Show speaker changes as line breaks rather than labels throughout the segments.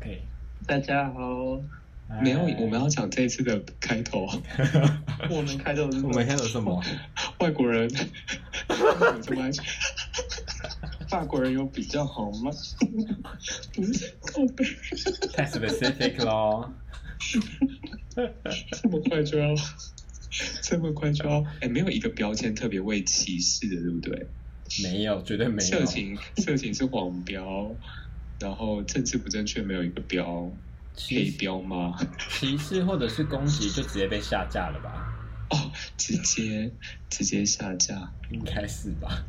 配。
大家好，
哎
没有，我们要讲这一次的开头。
哎
我们开头是
我们还有什么？
外国 人，怎么法国人有比较好吗？不是靠背，
太 specific 咯。
这么快就要，这么快就要，哎、没有一个标签特别为歧视的，对不对？
没有，绝对没有。
色情，色情是黄标，然后政治不正确没有一个标，黑
歧
标吗？
歧视或者是攻击，就直接被下架了吧？
哦，直接直接下架。
应该是吧？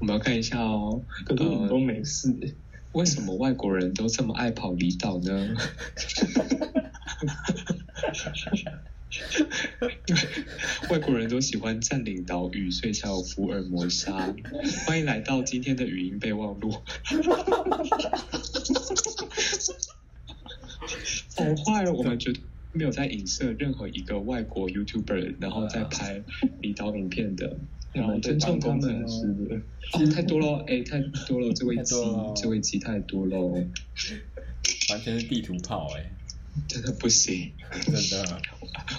我们要看一下哦，
可是我们都没事、
为什么外国人都这么爱跑离岛 呢？外国人都喜欢占领岛屿，所以才有福尔摩沙。欢迎来到今天的语音备忘录。好坏哦，我们绝对没有在影射任何一个外国 YouTuber，然后再拍离岛影片的，然后尊重他们哦。
的。
哦，太多 了，哎、太多了，这位鸡
太多了，
这位鸡太多了，
完全是地图炮哎、
真的不行。
真的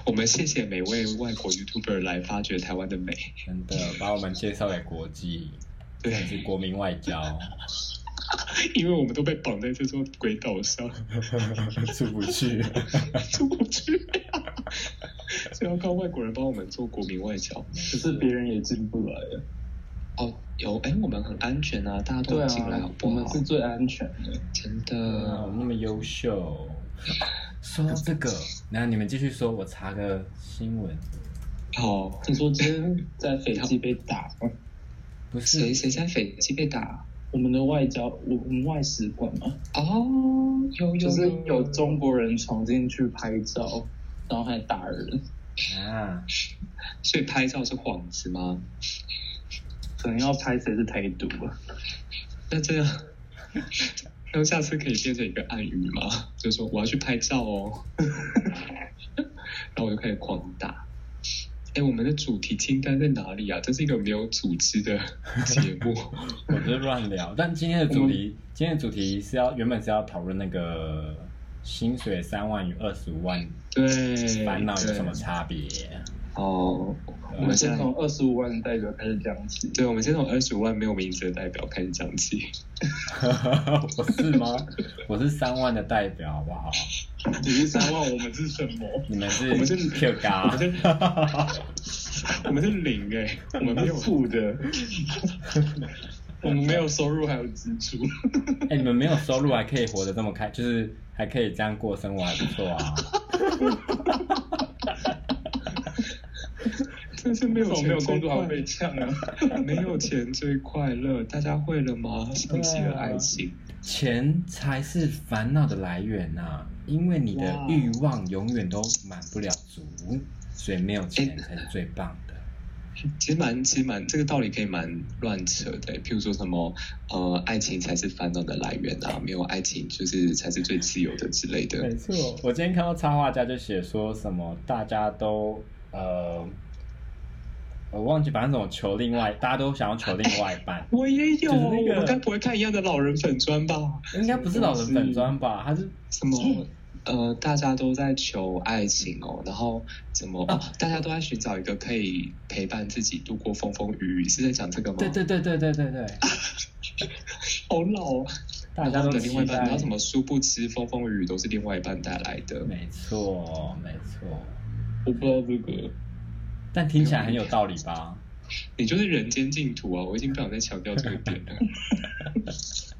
我们谢谢每位外国 YouTuber 来发掘台湾的美。
真的把我们介绍给国际，真
啊
的是
对，
国民外交，
因为我们都被绑在这座鬼岛上，
出不去。
出不去、 所以要靠外国人帮我们做国民外交。
可是别人也进不来啊。
哦，有哎、我们很安全啊，大家都
对
能进来好
啊，
不
我
好？
们是最安全的。
真
嗯，我
的，
们那么优秀。说到这个，那你们继续说，我查个新闻，
好。
你说今天在飞机被打吗？
不
谁
是
谁在飞机被打？
我们的外交，我我们外使馆嘛，
哦，有有
就是有中国人闯进去拍照，然后还打人，
啊？
所以拍照是幌子吗？
可能要拍谁是台独啊？
那这样，那下次可以变成一个暗语吗？ 就说我要去拍照哦， 然后我就开始狂打。哎，我们的主题清单在哪里啊？这是一个没有组织的节目。
我就是乱聊。但今天的主题，今天的主题是要原本是要讨论那个薪水三万与二十五万
对，
烦恼有
对
什么？差别？
哦，我们现
先
在
从二十五万代表开始讲起。
对，我们先从二十五万没有名字的代表开始讲起。
我是吗？我是三万的代表，好不好？
你是三万，我们是什么？
你们是
我们是
Q
我
嘎
们，是， 我们是零哎、我们没有，
负的，
我们没有收入还有支出。
哎、你们没有收入还可以活得这么开，就是还可以这样过生活，还不错啊。
真是没
为
有
什么没
钱
有
最
工作还
快
要被呛啊？
没有钱最快乐，大家会了吗？相信了爱情，
钱才是烦恼的来源呐、因为你的欲望永远都满不了足，所以没有钱才是最棒的。
其实蛮其实蛮这个道理可以蛮乱扯的。譬如说什么呃，爱情才是烦恼的来源啊，没有爱情就是才是最自由的之类的。，
没错，我今天看到插画家就写说什么，大家都呃，我忘记，反正怎么求另外，大家都想要求另外一半
我也
就
有，
是那个
我该不会看一样的老人粉砖吧？
应该不是老人粉砖吧？他是
什么？呃，大家都在求爱情哦，然后怎么？哦，大家都在寻找一个可以陪伴自己度过风风雨雨，是在讲这个吗？
对对对对对对对，
好老、哦。
大家都
的
期
另外一半，
待
然后什么殊不知风风雨雨都是另外一半带来的。
没错没错，
我不知道这个，
但听起来很有道理吧？
你就是人间净土啊！我已经不想再强调这个点了，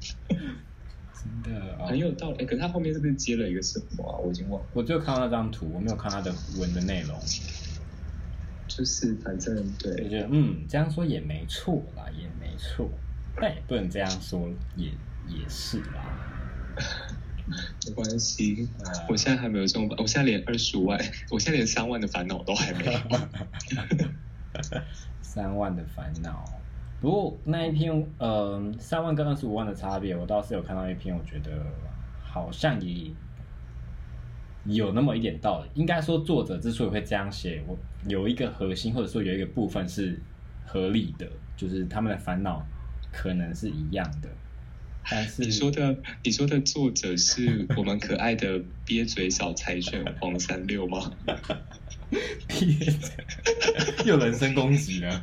真的，哦
很有道理。可是他后面是不是接了一个什么啊？我已经忘了。
我就看到那张图，我没有看他的文的内容，
就是反正
我
对，
觉得嗯，这样说也没错啦，也没错，但也不能这样说，也也是啦。
没关系。
呃
我现在还没有这种，我现在连二十五万，我现在连三万的烦恼都还 没有。
三万的烦恼。不过那一篇，嗯、3三万跟二十五万的差别，我倒是有看到一篇，我觉得好像也有那么一点道理。应该说，作者之所以会这样写，我有一个核心，或者说有一个部分是合理的，就是他们的烦恼可能是一样的。但是
你说的，你说的作者是我们可爱的憋嘴小柴犬黄三六吗？
又人身攻击了，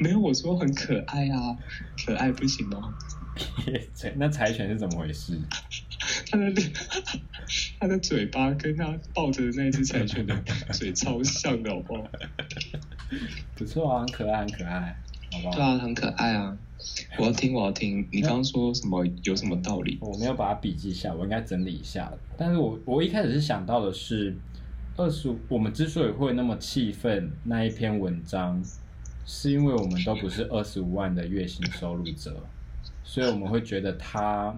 没有，我说很可爱啊，可爱不行哦吗？
憋嘴 那柴犬是怎么回事？
他的 他的嘴巴跟他抱着的那只柴犬的嘴超像的，好不好？
不错啊，很可爱，很可爱，好不
对
好？
啊，很可爱啊！我要听，我要听。你刚刚说什么？有什么道理？
我没有把它笔记下，我应该整理一下。但是我我一开始是想到的是，二十五，我们之所以会那么气愤那一篇文章，是因为我们都不是二十五万的月薪收入者，所以我们会觉得他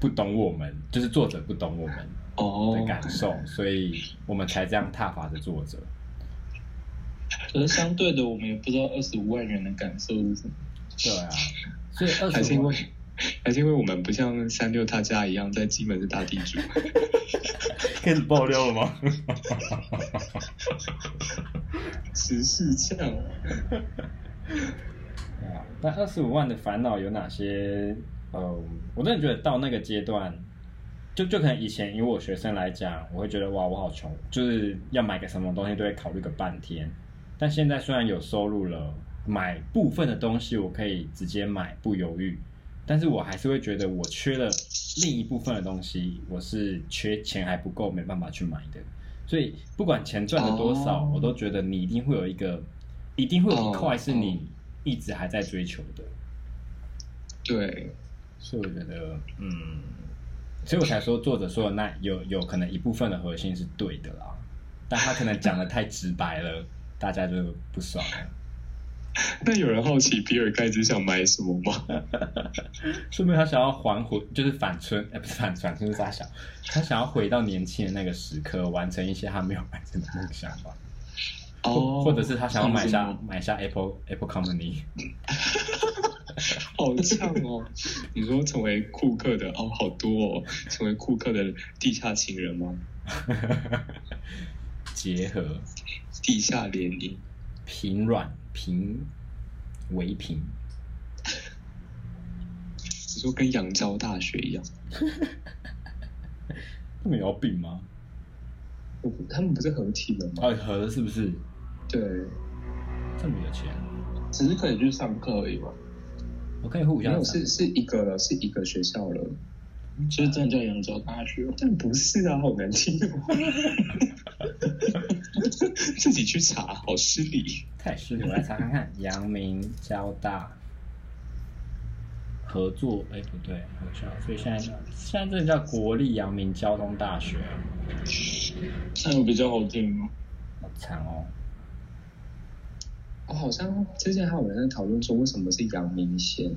不懂我们，就是作者不懂我们
哦
的，感受，所以我们才这样挞伐着作者。
可是相对的，我们也不知道二十五万元的感受是什么。
对啊，所以二
还是
十
因
五
为还是因为我们不像三六他家一样，在金门是大地主。
开始爆料了吗？
时事这样，
对啊，那二十五万的烦恼有哪些？呃，我真的觉得到那个阶段，就就可能以前以我学生来讲，我会觉得哇，我好穷，就是要买个什么东西都会考虑个半天。但现在虽然有收入了，买部分的东西我可以直接买，不犹豫。但是我还是会觉得我缺了另一部分的东西，我是缺钱还不够，没办法去买的。所以不管钱赚了多少
哦
我都觉得你一定会有一个，一定会有一块
哦
是你一直还在追求的，
对，
所以我觉得，嗯，所以我才说作者说的那有有可能一部分的核心是对的啦，但他可能讲的太直白了，大家就不爽了。
那有人好奇比尔盖茨想买什么吗？
说明他想要还回，就是反村， 哎、不是反村，就是他想，他想要回到年轻的那个时刻，完成一些他没有完成的梦想吧，
哦，
或者是他想要买
这样
下
子
买下 Apple Apple Company，
好像哦。你说成为库克的哦，好多哦，成为库克的地下情人吗？
结合
地下联姻，
平软平为平，
你说跟杨交大学一样，
他们有病吗？
我不他们不是合体的吗？
哦，合是不是
对，
这么有钱？
只是可以去上课而已吧，
我可以互
没
相
有
讲
是是一个了，是一个学校了，
就是真的叫扬州大学。哦
但不是啊，好难听哦。 自己去查，好失礼。哦
太师，我来查看看，阳明交大合作，哎、不对，合校，所以现在叫现在这个叫国立阳明交通大学，
那有比较好听吗？
好惨哦。
我、哦好像之前还有人在讨论说，为什么是阳明先？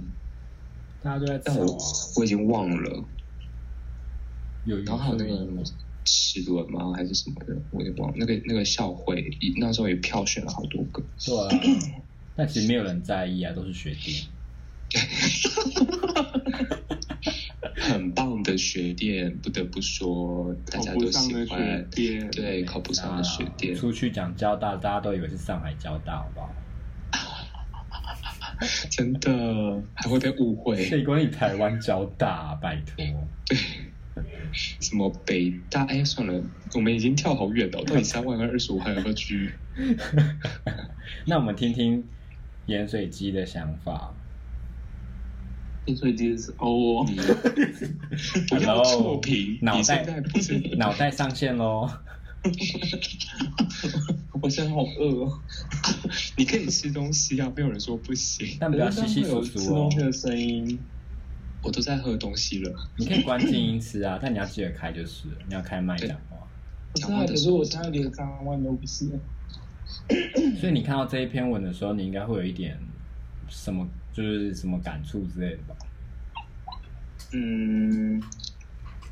大家都在
但
吵
哦
我
啊，
我已经忘了，
有有
然后还有那
有有
嗯
个齿轮吗？还是什么的？我也忘了。那个那个校会那时候也票选了好多个，
对啊，但其实没有人在意啊，都是学弟。
很棒的学店，不得不说，大家
考
都
不上
喜
的学
欢。
店，
对，考不上的学店，
出去讲交大，大家都以为是上海交大，好不好？
真的还会被误会。
谁管你台湾交大、拜托，
什么北大？哎，算了，我们已经跳好远了。到底三万和二十五还有没有 去？
那我们听听盐水鸡的想法。
听说这是哦，
不要错评，
Hello，
你现在不是
脑袋上线喽！
我现在好饿哦。
你可以吃东西啊，没有人说不行。
但不要稀稀疏疏
可是刚
哦
刚会有吃东。西的声音，
我都在喝东西了，
你可以关静音吃啊，但你要记得开就是了，你要开麦讲话。
不是啊，可是我现在连三万都不是。
啊
所以你看到这一篇文的时候，你应该会有一点什么，就是什么感触之类的吧？
嗯，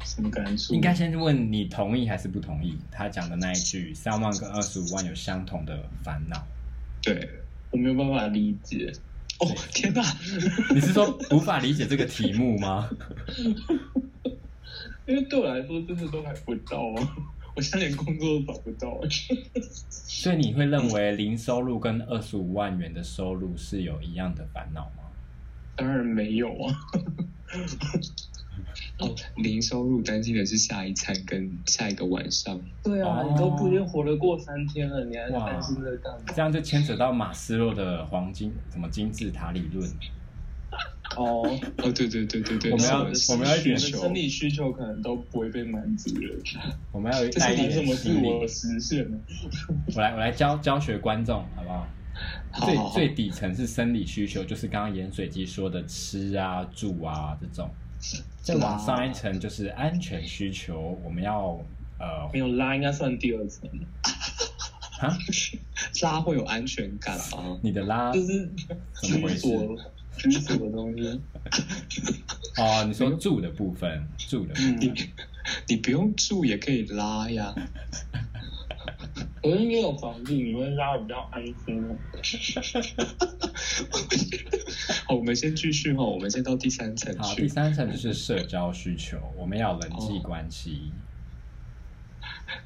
什么感触？
应该先问你同意还是不同意他讲的那一句“三万跟二十五万有相同的烦恼
对。
我没有办法理解，
哦天哪！”，
你是说无法理解这个题目吗？
因为对我来说真的都买不到啊，我现在连工作都找不到、
所以你会认为零收入跟二十五万元的收入是有一样的烦恼吗？
当然没有啊。 哦，零收入担心的是下一餐跟下一个晚上。
对啊，
哦
你都不一定活得过三天了，你还
哇
担心这干嘛？
这样就牵扯到马斯洛的黄金什么金字塔理论，
哦，
哦，对对对对对，
我们
是
要
的是
我们要一
你
点
的
需求
生理需求可能都不会被满足了，
我们要有
这
带
是
一
你
点
什么
实
自
力。
我实现呢？
我来我来教教学观众好不好？
好
最
好好
最底层是生理需求，就是刚刚盐水鸡说的吃啊、住啊这种。再往上一层就是安全需求，我们要呃
没有拉应该算第二层，
啊，
拉会有安全感啊。
你的拉
就是
怎么回事
居所居所的东西。
哦，你说住的部分，住的部分
嗯，
你不用住也可以拉呀。
可是你有房子，你会拉得比较安心哦。
好，我们先继续哈，我们先到第三层
好，第
去。
三层就是社交需求，我们要有人际关系。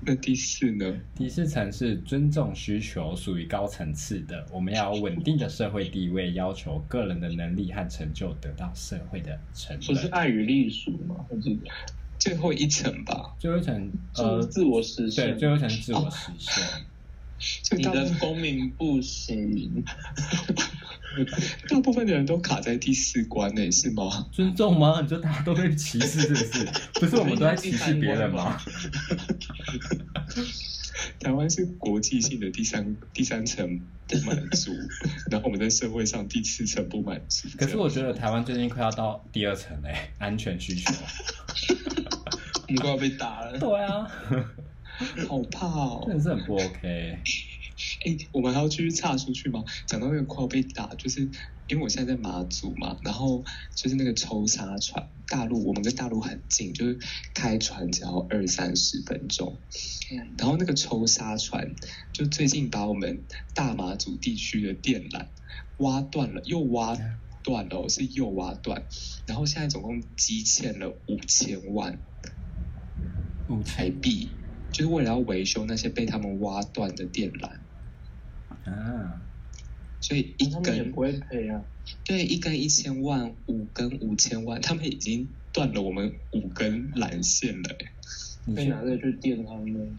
那第四呢？
第四层是尊重需求，属于高层次的，我们要有稳定的社会地位，要求个人的能力和成就得到社会的承
不是
认。
爱与隶属吗？我记得，
最后一层吧，
最后一层，
就
呃
是，自我实
对，
现。
最后一层自我实现。
所以
你
大部
的
分
公民不行，
大部分的人都卡在第四关呢、是吗？
尊重吗？你说大家都被歧视，是不是？不是我们都在歧视别人吗？
台湾是国际性的第三第三层不满 足，然后我们在社会上第四层不满足。
可是我
这
觉得台湾最近快要到第二层嘞、安全需求。
你快要被打 了。
对啊，
样好怕哦
真！的是很不 OK。
哎、我们还要继续岔出去吗？讲到那个快要被打，就是因为我现在在马祖嘛，然后就是那个抽沙船，大陆我们跟大陆很近，就是开船只要二三十分钟。
嗯
然后那个抽沙船就最近把我们大马祖地区的电缆挖断了，又挖断了哦，是又挖断。然后现在总共积欠了五千万
五
台
千
币，就是为了要维修那些被他们挖断的电缆。
啊，
所以一
他们也
根
不会赔啊。
对一根一千万，五根五千万，他们已经断了我们五根缆线了。哎
你
被
去
拿着去电他们，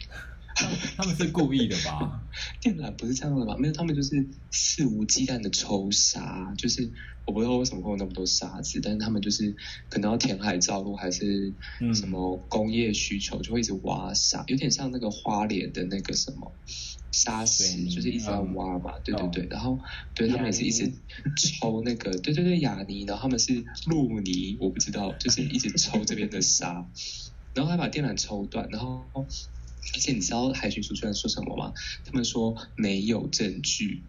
他们是故意的 吧？
电缆不是这样的吧？没有，他们就是肆无忌惮的抽沙，就是我不知道为什么会有那么多沙子，但是他们就是可能要填海造陆还是
嗯
什么工业需求，就会一直挖沙，有点像那个花莲的那个什么沙
水
石，
泥
就是一直在
嗯
挖嘛，对对
懂
对，然后对他们也是一直
雅
抽那个，对对对雅尼，然后他们是路泥，我不知道，就是一直抽这边的沙，然后还把电缆抽断，然后。而且你知道海巡署居然说什么吗？他们说没有证据，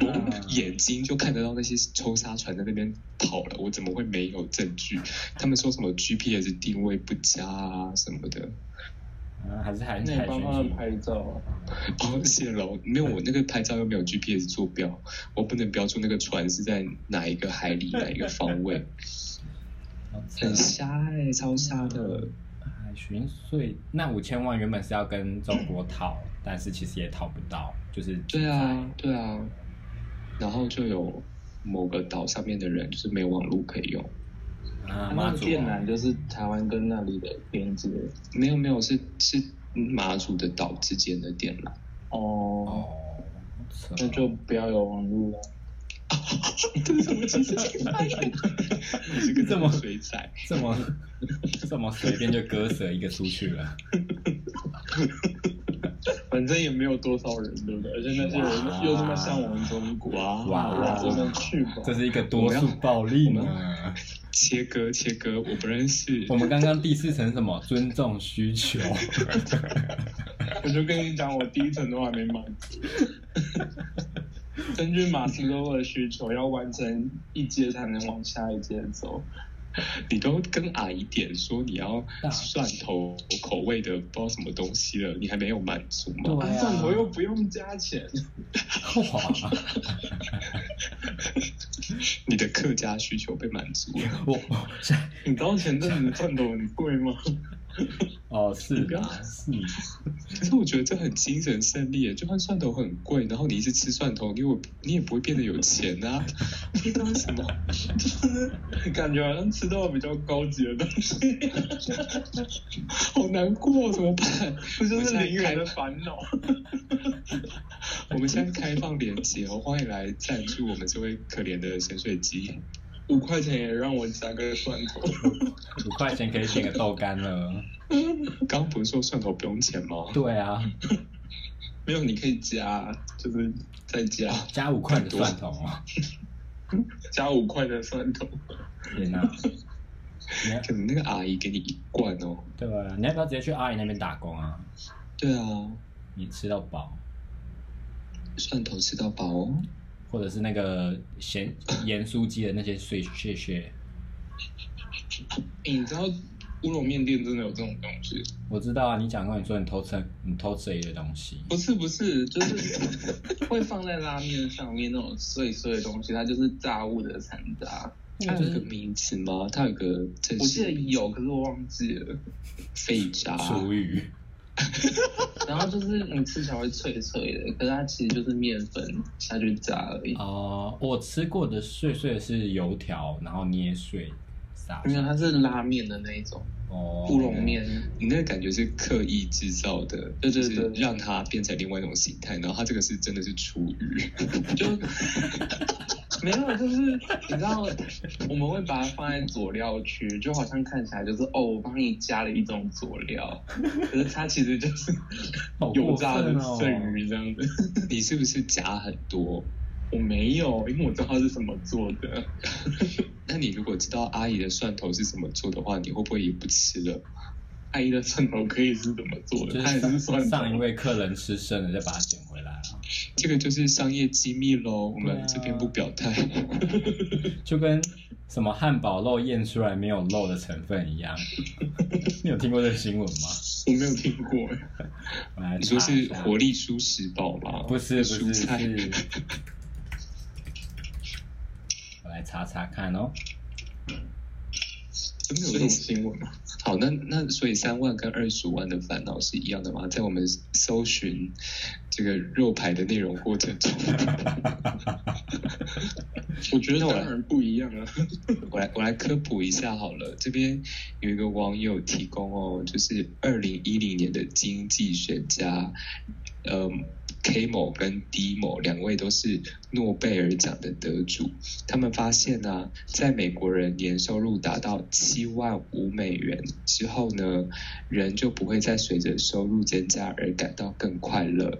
我
啊
眼睛就看得到那些抽沙船在那边跑了，我怎么会没有证据？他们说什么 GPS 定位不佳啊什么的，
啊还是海海
那你
巡
帮他们
署
拍照啊？
哦，谢喽，没有我那个拍照又没有 GPS 坐标，我不能标注那个船是在哪一个海里哪一个方位，
嗯
很瞎哎、超瞎的。
海巡税哎那五千万原本是要跟中国讨，但是其实也讨不到，就是
对
嗯
啊，对啊，然后就有某个岛上面的人就是没有网络可以用。
啊，
那
妈
个
祖
电缆就是台湾跟那里的边界。
没有没有，是是马祖的岛之间的电缆。
哦，
哦，扯
那就不要有网 路了。
这是什么知识竞赛？你是个
这么
水仔？
这么 这么随便就割舍一个出去 了，
反正也没有多少人，对不对？而且那些
哇
人又那么向往中国，
哇
哇
真的去吧。
这是一个多数暴力
我
呢。
切割切割，我不认识
我。们刚刚第四层是什么尊重需 求，
我就跟你讲，我第一层都还没满足。 根据马斯洛的需求，要完成一阶才能往下一阶走。
你都跟阿姨点说你要
大
蒜头口味的不知道什么东西了，你还没有满足吗？
对啊
蒜头又不用加钱，
哇，
你 的客家需求被满足了。
我
你知道前阵子蒜头很贵吗？
哦，是
不要
的，是的
可是我觉得这很精神胜利耶，就算蒜头很贵，然后你一直吃蒜头，你我你也不会变得有钱啊。不知道为什么，
就是感觉好像吃到了比较高级的东西，
好难过，哦怎么办？
不就是零元的烦恼？
我们现在开放连接哦，欢迎来赞助我们这位可怜的咸水鸡。
五块钱也让我加个蒜头，
五块钱可以点个豆干了。
刚刚不是说蒜头不用钱吗？
对啊，
没有你可以加，就是再加
加五块的蒜头啊！
加五块的蒜头，
天哪、你要
可能那个阿姨给你一罐哦。
对啊，你要不要直接去阿姨那边打工啊？
对啊，
你吃到饱，
蒜头吃到饱哦。
或者是那个咸盐酥鸡的那些碎屑屑，
欸你知道乌龙面店真的有这种东西？
我知道啊。你讲过，你说你偷吃，你偷吃了一堆东西，
不是不是，就是会放在拉面上面那种碎碎的东西，它就是炸物的残渣。
它有一个名词吗？它有一个正
我记
式
得
的名
有，可是我忘记了。
废渣。
厨余。
然后就是你吃起来会脆脆的，可是它其实就是面粉下去炸而已。
哦、我吃过的碎碎的是油条，然后捏碎撒
没有，
上。
它是拉面的那一种
哦，
乌龙面，
你那个感觉是刻意制造的，
对对
就是
对
让它变成另外一种形态，然后它这个是真的是厨余，
就没有，就是你知道，我们会把它放在佐料区，就好像看起来就是哦，我帮你加了一种佐料，可是它其实就是
好
油
过
炸的
分哦！
剩余这样子。
你是不是夹很多？
我没有，因为我知道它是什么做的。
那你如果知道阿姨的蒜头是怎么做的话，你会不会也不吃了？
阿姨的蒜头可以是怎么做
就
的？它也
是
是蒜
上
头。
上一位客人吃剩了，再把它捡回来啊。
这个就是商业机密喽，我
对啊
们这边不表 态。
就跟什么汉堡肉验出来没有肉的成分一样。 你有听过这个新闻吗？
我没有听过，
我来查一下
你说是活力舒适堡吗？
不是不是
蔬菜
是，我来查查看哦。
真的
这种
有这种
新闻吗？
好，那那所以三万跟二十五万的烦恼是一样的吗？在我们搜寻这个肉排的内容过 程中，
我觉得
那我
当
来
然不一样啊。
我来我来科普一下好了。这边有一个网友提供哦，就是二零一零年的经济学家，嗯。K 某跟 D 某两位都是诺贝尔奖的得主，他们发现呢、在美国人年收入达到七万五美元之后呢，人就不会再随着收入增加而感到更快乐。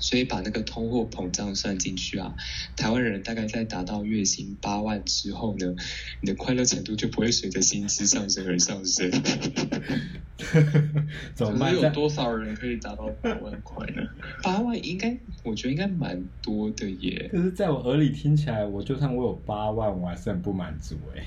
所以把那个通货膨胀算进去啊，台湾人大概在达到月薪八万之后呢，你的快乐程度就不会随着薪资上升而上升。
怎么
可
办？这
是有
样
多少人可以达到百万块 呢？
八万应该，我觉得应该蛮多的耶。
可是在我耳里听起来，我就算我有八万，我还是很不满足哎、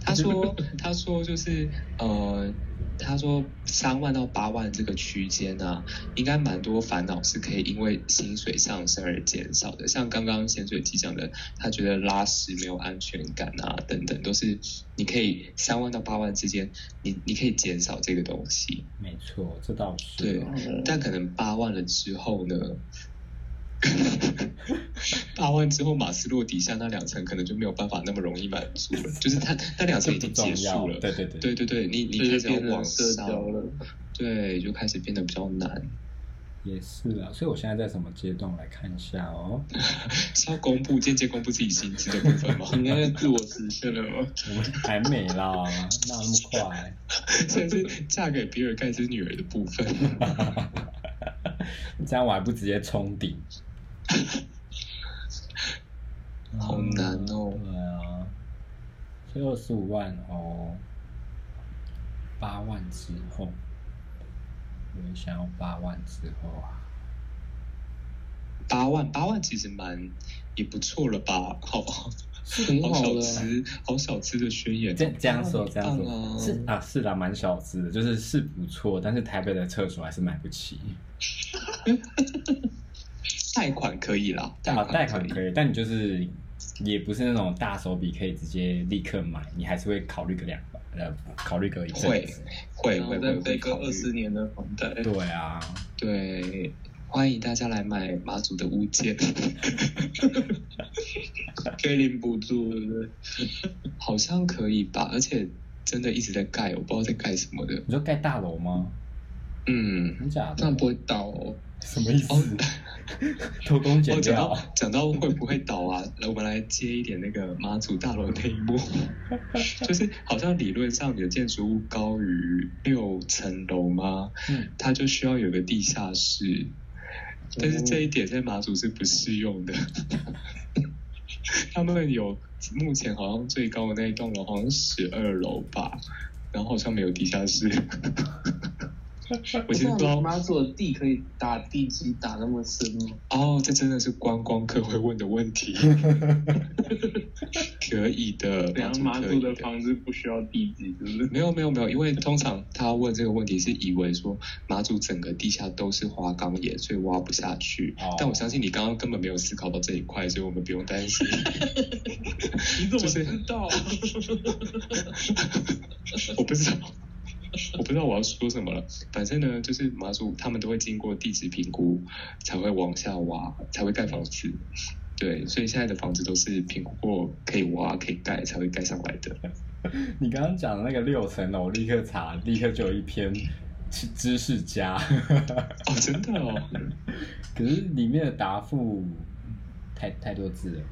他说，他说就是呃，他说三万到八万这个区间呢、啊，应该蛮多烦恼是可以因为薪水上升而减少的。像刚刚潜水机讲的，他觉得拉屎没有安全感啊，等等，都是你可以三万到八万之间，你你可以减少这个东西。
没错，这倒是。哦
对但可能八万了之后呢， 八万之后马斯洛底下那两层可能就没有办法那么容易满足了，就是他那两层
这
已
不
经
重
结束
要，
了。
对对对，
对对对，你你
所以
开
就
始要
变
往
成社
上
交，了。
对，就开始变得比较难。
也是啊。所以我现在在什么阶段？我来看一下哦。
是要公布间接公布自己薪资的部分吗？
你应该自我实现了吗？
我们还没啦，哪有那么快？
现在是嫁给比尔盖茨女儿的 部分。
这样我还不直接冲顶，
好难哦
嗯对啊，所以二十五万哦，八万之后，我也想要八万之后啊。
八万，八万其实蛮也不错了吧？好，好
很好
小
了啊。
资，好小资的宣言。
这这样说，这样
棒
说，
哦
是啊，是啦，蛮小资的，就是是不错，但是台北的厕所还是买不起。
贷款可以啦，贷
啊，
款
贷款
以。
可以，但你就是也不是那种大手笔可以直接立刻买，你还是会考虑个两呃考虑个一阵
会
子。
会
然后
会
再
会
背
会
个
考
二
虑
十年的房贷。
对啊，
对，欢迎大家来买马祖的 物件，
可以领补助，对不对？
好像可以吧？而且真的一直在盖，我不知道在盖什么的。
你说盖大楼吗？
嗯，
真假
那
的？
不会倒哦。
什么意
哦
思？ 偷工减
哦，讲
料
到？讲到会不会倒啊？来，我们来接一点那个马祖大楼那一幕，就是好像理论上你的建筑物高于六层楼吗？
嗯，
它就需要有个地下室，但是
哦
这一点在马祖是不适用的。他们有目前好像最高的那一栋楼好像十二楼吧，然后好像没有地下室。我其实不知道
妈做的地可以打地基打那么深吗？
哦，这真的是观光客会问的问题。可以的，
怎样妈
马祖可
做的
以
房子不需要地基，是不 是？
没有没有没有，因为通常他问这个问题是以为说马祖整个地下都是花岗岩，所以挖不下去。
哦
但我相信你刚刚根本没有思考到这一块，所以我们不用担心。
你怎
就
么
是
知道？
我不知道，我不知道我要说什么了。反正呢，就是马祖他们都会经过地质评估，才会往下挖，才会盖房子。对，所以现在的房子都是评估过可以挖、可以盖才会盖上来的。
你刚刚讲的那个六层楼，我立刻查，立刻就有一篇知知识家。
哦，真的哦，
可是里面的答复太太多字了，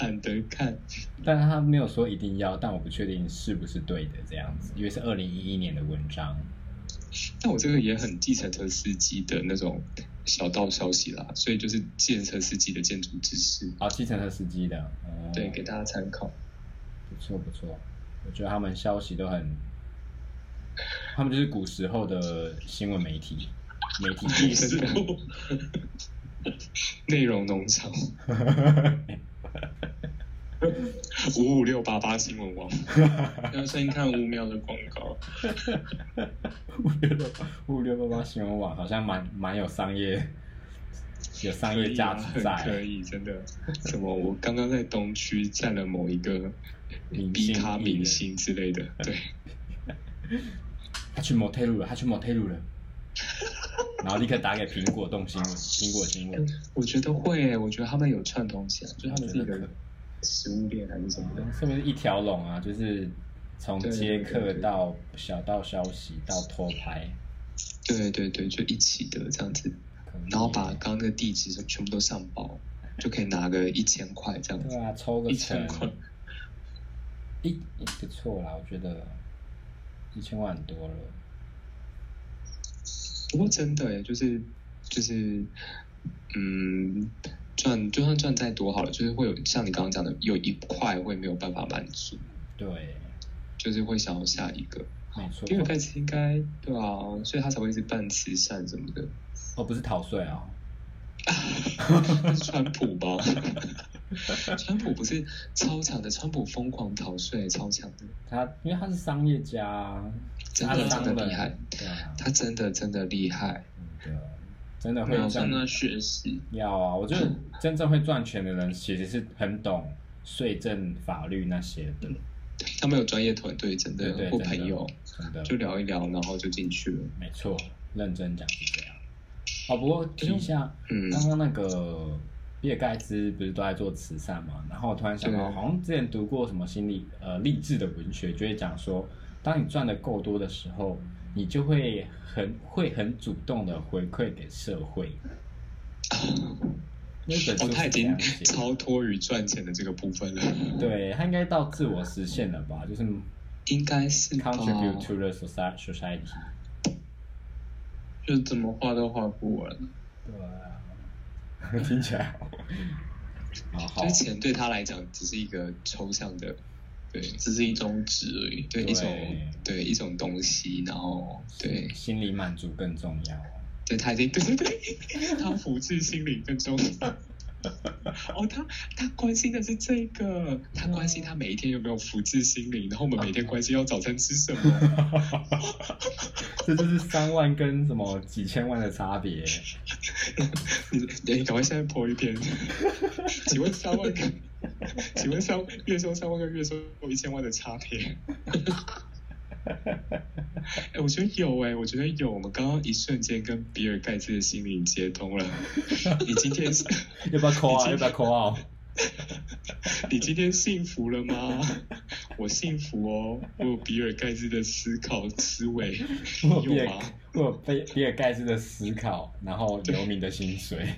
懒得看。
但他没有说一定要，但我不确定是不是对的这样子，因为是二零一一年的文章。
但我这个也很计程车司机的那种小道消息啦，所以就是计程车司机的建筑知识，
哦，计程车司机的，哦、
对，给大家参考。
不错不错，我觉得他们消息都很，他们就是古时候的新闻媒体，媒体
你 是 内容 农场五五六八八新闻网，
要先看五秒的广告，
五六六五六八八新闻网好像蛮 蛮有商业，有商
可
业
以
价
啊，
值
很
在，
可以，真的。什么？我刚刚在东区占了某一个
明
B
星
咖
艺人
明星之类的，对，
他去 motel 了，他去 motel 了， 然后立刻打给苹果动新闻，苹果新闻，
我觉得会，我觉得他们有串通起来，就他们是一
我觉得
个食物链还是什么的。
是不是一条龙啊？就是从
对
接
对
客
对
到小道消息到偷拍，
对对对，就一起的这样子，
可以
然后把
耶
刚刚那个地址全部都上报，就可以拿个一千块这样
对
子。
啊，抽个
一千
成
块，
一一不错啦，我觉得一千万很多了。
不过真的耶，就是就是，嗯，赚就算赚再多好了，就是会有像你刚刚讲的，有一块会没有办法满足，
对，
就是会想要下一个。
没错。
比尔盖茨应该对啊，所以他才会一直办慈善什么的。
哦，不是逃税啊、
那是川普吧？ 川普不是超强的，川普疯狂逃税，超强的。
他因为他是商业家啊，
真
他
的
是
真
商
的
人，
厉害，
对啊，
他真的真的厉害。
真的真的会
啊
然后
赚
向他学习。
要啊！我觉得真正会赚钱的人，其实是很懂税政法律那些的，
他们有专业团队，真
对
的
对，
嗯
真
或
的
朋友
真的
就聊一聊，然后就进去了。
没错，认真讲是这样。哦，不过提一下，
嗯，
刚刚那个比尔盖茨不是都在做慈善嘛？然后我突然想到，
对
好像之前读过什么心理呃励志的文学，就会讲说，当你赚的够多的时候，你就会很会很主动的回馈给社 会。那本
哦
书，
他
是这
已经
样写的
超脱于赚钱的这个部分了，
对他应该到自我实现了吧？就是
嗯应该是吧？
contribute to the soci- society。
就怎么画都画不完，
对啊， 听起来好，好好
就是钱对他来讲只是一个抽象的，对
只是一种纸而已。
对
对
一种对一种东西，然后对
心理满足更重要。
对，他已经 对对对，他福至心灵更重要。哦，他他关心的是这个，他关心他每一天有没有福至心灵，然后我们每天关心要早餐吃什么。
这就是三万跟什么几千万的差别。
你你赶快现在播一篇，请问三万个请问三月收三万跟月收一千万的差别？哎、我觉得有哎、我觉得有。我们刚刚一瞬间跟比尔盖茨的心灵接通了。你今天是
要不要 call 啊？要不要 call 啊？
你今天幸福了吗？我幸福哦，我有比尔盖茨的思考思维，
我有比
你有啊
尔
吗？，
我有比比尔盖茨的思考，然后流民的薪水。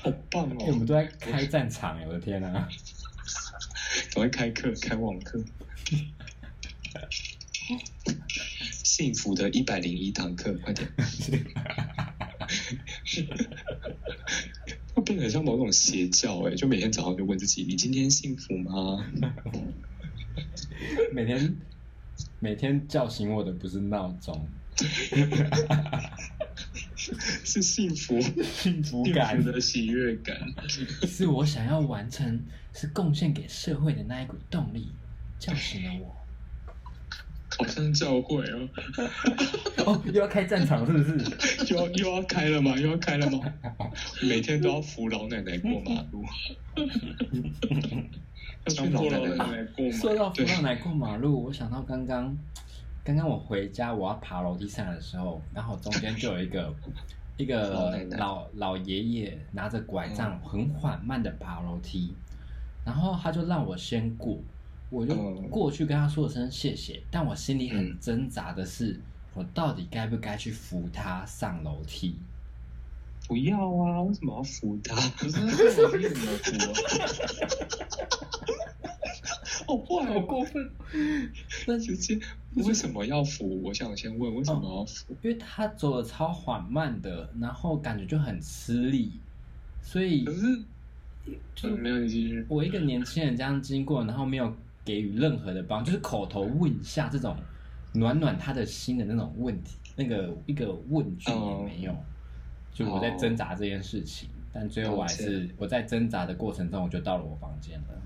好棒
哎我们
哦！
都在开战场哎，我的天啊！
赶快开课，开网课。幸福的一百零一堂课，快点！会变得很像某种邪教哎、就每天早上就问自己：你今天幸福吗？
每天每天叫醒我的不是闹钟，
是幸福，
幸福
幸
感
福的喜悦感。
是我想要完成，是贡献给社会的那一股动力，叫醒了我。
好像教会哦，
哦，又要开战场是不是？
又要又要开了吗？又要开了吗？ 每天都要扶老奶奶过马路，
说
当老奶奶过嘛，
要去扶老奶奶。
到扶老奶过马路， 我想到刚刚，刚刚我回家我要爬楼梯上来的时候，然后中间就有一 个一
老
个
奶奶
老老爷爷拿着拐杖，很缓慢的爬楼梯，然后他就让我先过，我就
嗯
过去跟他说了声谢谢，但我心里很
嗯
挣扎的是，我到底该不该去扶他上楼 梯？
不要啊！为什么要扶他？
不是那我怎么服啊？
好坏哦！
过分！ 但是
直接为什么要扶？我想先问，为什么要扶？
因为他走的超缓慢的，然后感觉就很吃力，所以
可是
就
呃没有你继续。
我一个年轻人这样经过，然后没有给予任何的帮，就是口头问一下这种暖暖他的心的那种问题，那个一个问句也没
哦
有。就我在挣扎这件事情，但最后我还
哦了
是我在挣扎的过程中，我就到了我房间了。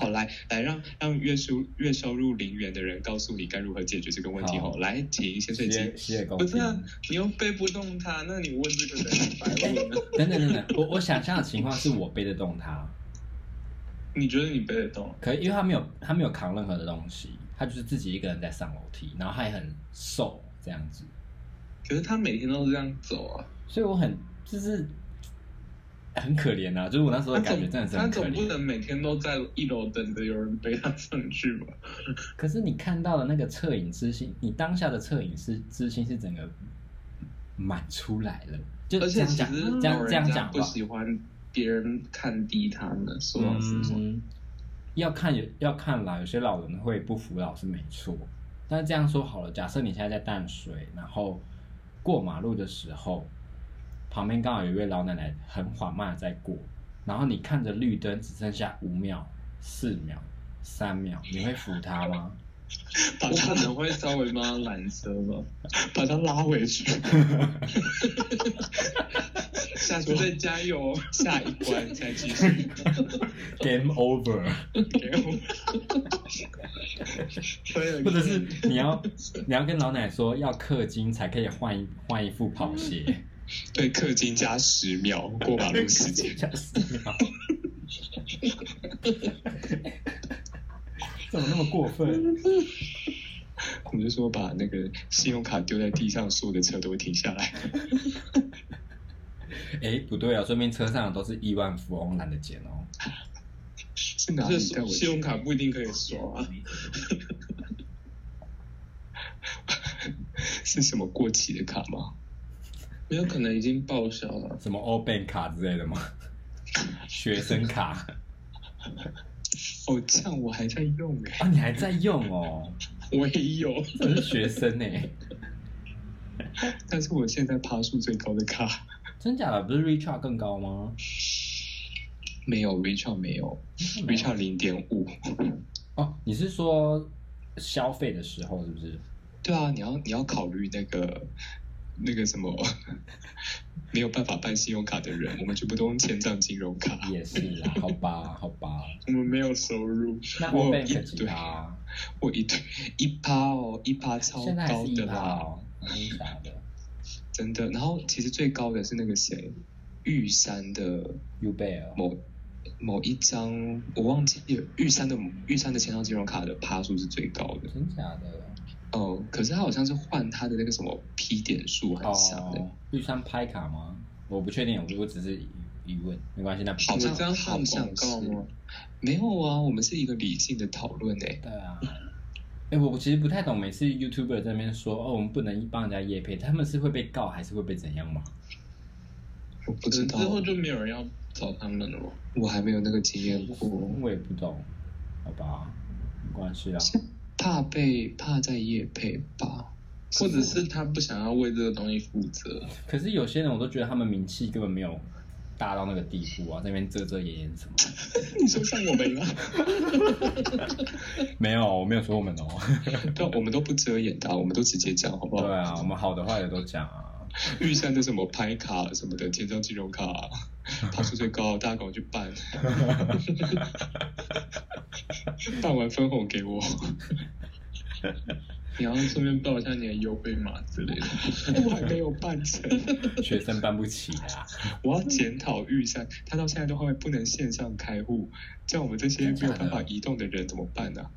好，来来让让月收月收入零元的人告诉你该如何解决这个问题
好
哦。来，请先
洗
水机
耳。洗耳恭
不是
听。
啊，你又背不动他，那你问这个人很白问了。
等等等等，我我想象的情况是我背得动他，
你觉得你背得动？
可以，因为他没有他没有扛任何的东西，他就是自己一个人在上楼梯，然后他也很瘦这样子，
可是他每天都是这样走啊，
所以我很就是很可怜啊，就是我那时候
他
的感觉
总
真的是
他
很可
总不
怜。
能每天都在一楼等着有人背他上去吧？
可是你看到的那个恻隐之心，你当下的恻隐之之心是整个满出来了，就
而
这
且
样
其
讲，
实
这
老
样
人
这样
家
讲
不
吧，
喜欢别人看低他们，说老实话，
嗯，要看有要看啦，有些老人会不服老是没错。但是这样说好了，假设你现在在淡水，然后过马路的时候，旁边刚好有一位老奶奶很缓慢的在过，然后你看着绿灯只剩下五秒、四秒、三秒，你会扶她吗？
把
我
他
可能会稍微帮他拦车吧。
把他拉回去，
下次再加油哦。
下一关再继续
Game over，
给我。
或者是你要你要跟老奶奶说要氪金才可以换一换一副跑鞋，
对，氪金加十秒过马路时间。
吓死啊我！ 怎么那么过分？
我们就说把那个信用卡丢在地上，所有的车都会停下来。
哎，不对啊，说明车上的都是亿万富翁懒得捡哦。
是哪
这
里带
是
我
信
去？
用卡不一定可以刷啊，
是什么过期的卡吗？
没有可能已经报销了。
什么 o b a n 卡之类的吗？ 学生卡
哦，这样我还在用哎、
啊，你还在用哦？
我也有，
这是学生呢、欸
但是我现在趴数最高的卡
真假的？不是 Richard 更高吗
没有，Richard 没有，Richard 零点五。
哦，你是说消费的时候是不是？
对啊，你要你要考虑那个那个什么 没有办法办信用卡的人，我们全部都用千账金融卡。
也是啦，好吧，好吧。
我们没有收入，
那
我
o b a n
一
几趴啊？
我一一趴哦，一趴超
现在还
高
是一
的
趴哦
啦。
哦，真假的？
真的。然后其实最高的是那个谁，玉山的
，U 贝尔，
某某一张，我忘记了玉山的玉山的千张金融卡的趴数是最高的。
真假的？
哦，可是他好像是换他的那个什么 P 点数很像的，
哦，玉山拍卡吗？我不确定，我我只是疑问，没关系，那不
好像
我这样
好
算
像
广告
是
吗？
没有啊，我们是一个理性的讨论欸诶。
对啊。哎、我其实不太懂，每次 YouTuber 在那边说哦，我们不能帮人家夜配，他们是会被告还是会被怎样吗？
我不知
之
道，
嗯后就没有人要找他们了吗？
我还没有那个经验过，
我也不懂，好吧，没关系啦。
怕被怕在夜配吧，
或者是他不想要为这个东西负责？
可是有些人我都觉得他们名气根本没有大到那个地步啊，在那边遮遮掩掩什么？
你说像我们吗？
没有，我没有说我们 哦。
对啊，我们都不遮掩的啊、我们都直接讲，好不
对
好？
啊，我们好的坏的都讲啊。
玉山的什么拍卡什么的，结账金融卡、爬数最高，大家赶快去办，办完分红给我。
你要顺便报一下你的优惠码之类的。
我还没有办成，
学生办不起啊，
我要检讨玉山，他到现在都还不能线上开户，叫我们这些没有办法移动的人怎么办呢、啊？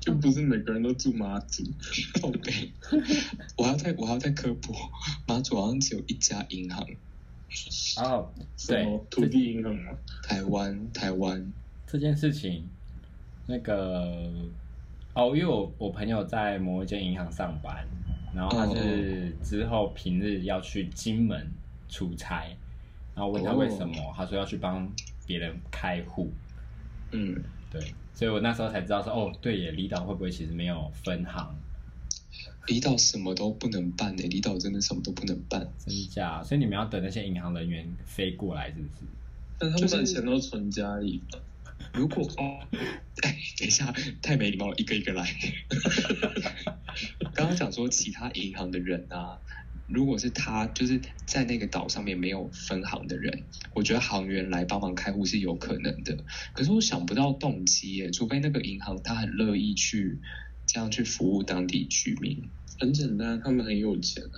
就不是每个人都住马祖，
靠背，我还要再我还要再科普，马祖好像只有一家银行，
然后
什
哦对
么土地银行吗？
台湾台湾，
这件事情，那个哦，因为我我朋友在某一间银行上班，然后他是之后平日要去金门出差，然后问他为什么，他说要去帮别人开户，
嗯，
对，所以我那时候才知道说，哦，对耶，离岛会不会其实没有分行？
离岛什么都不能办呢、欸离岛真的什么都不能办。
真假？所以你们要等那些银行人员飞过来，是不是？
但他们的钱都存家里，
如果 哦，哎，等一下，太没礼貌了，一个一个来。 刚刚讲说其他银行的人啊，如果是他就是在那个岛上面没有分行的人，我觉得行员来帮忙开户是有可能的。可是我想不到动机耶，除非那个银行他很乐意去这样去服务当地居民。
很简单，他们很有钱啊。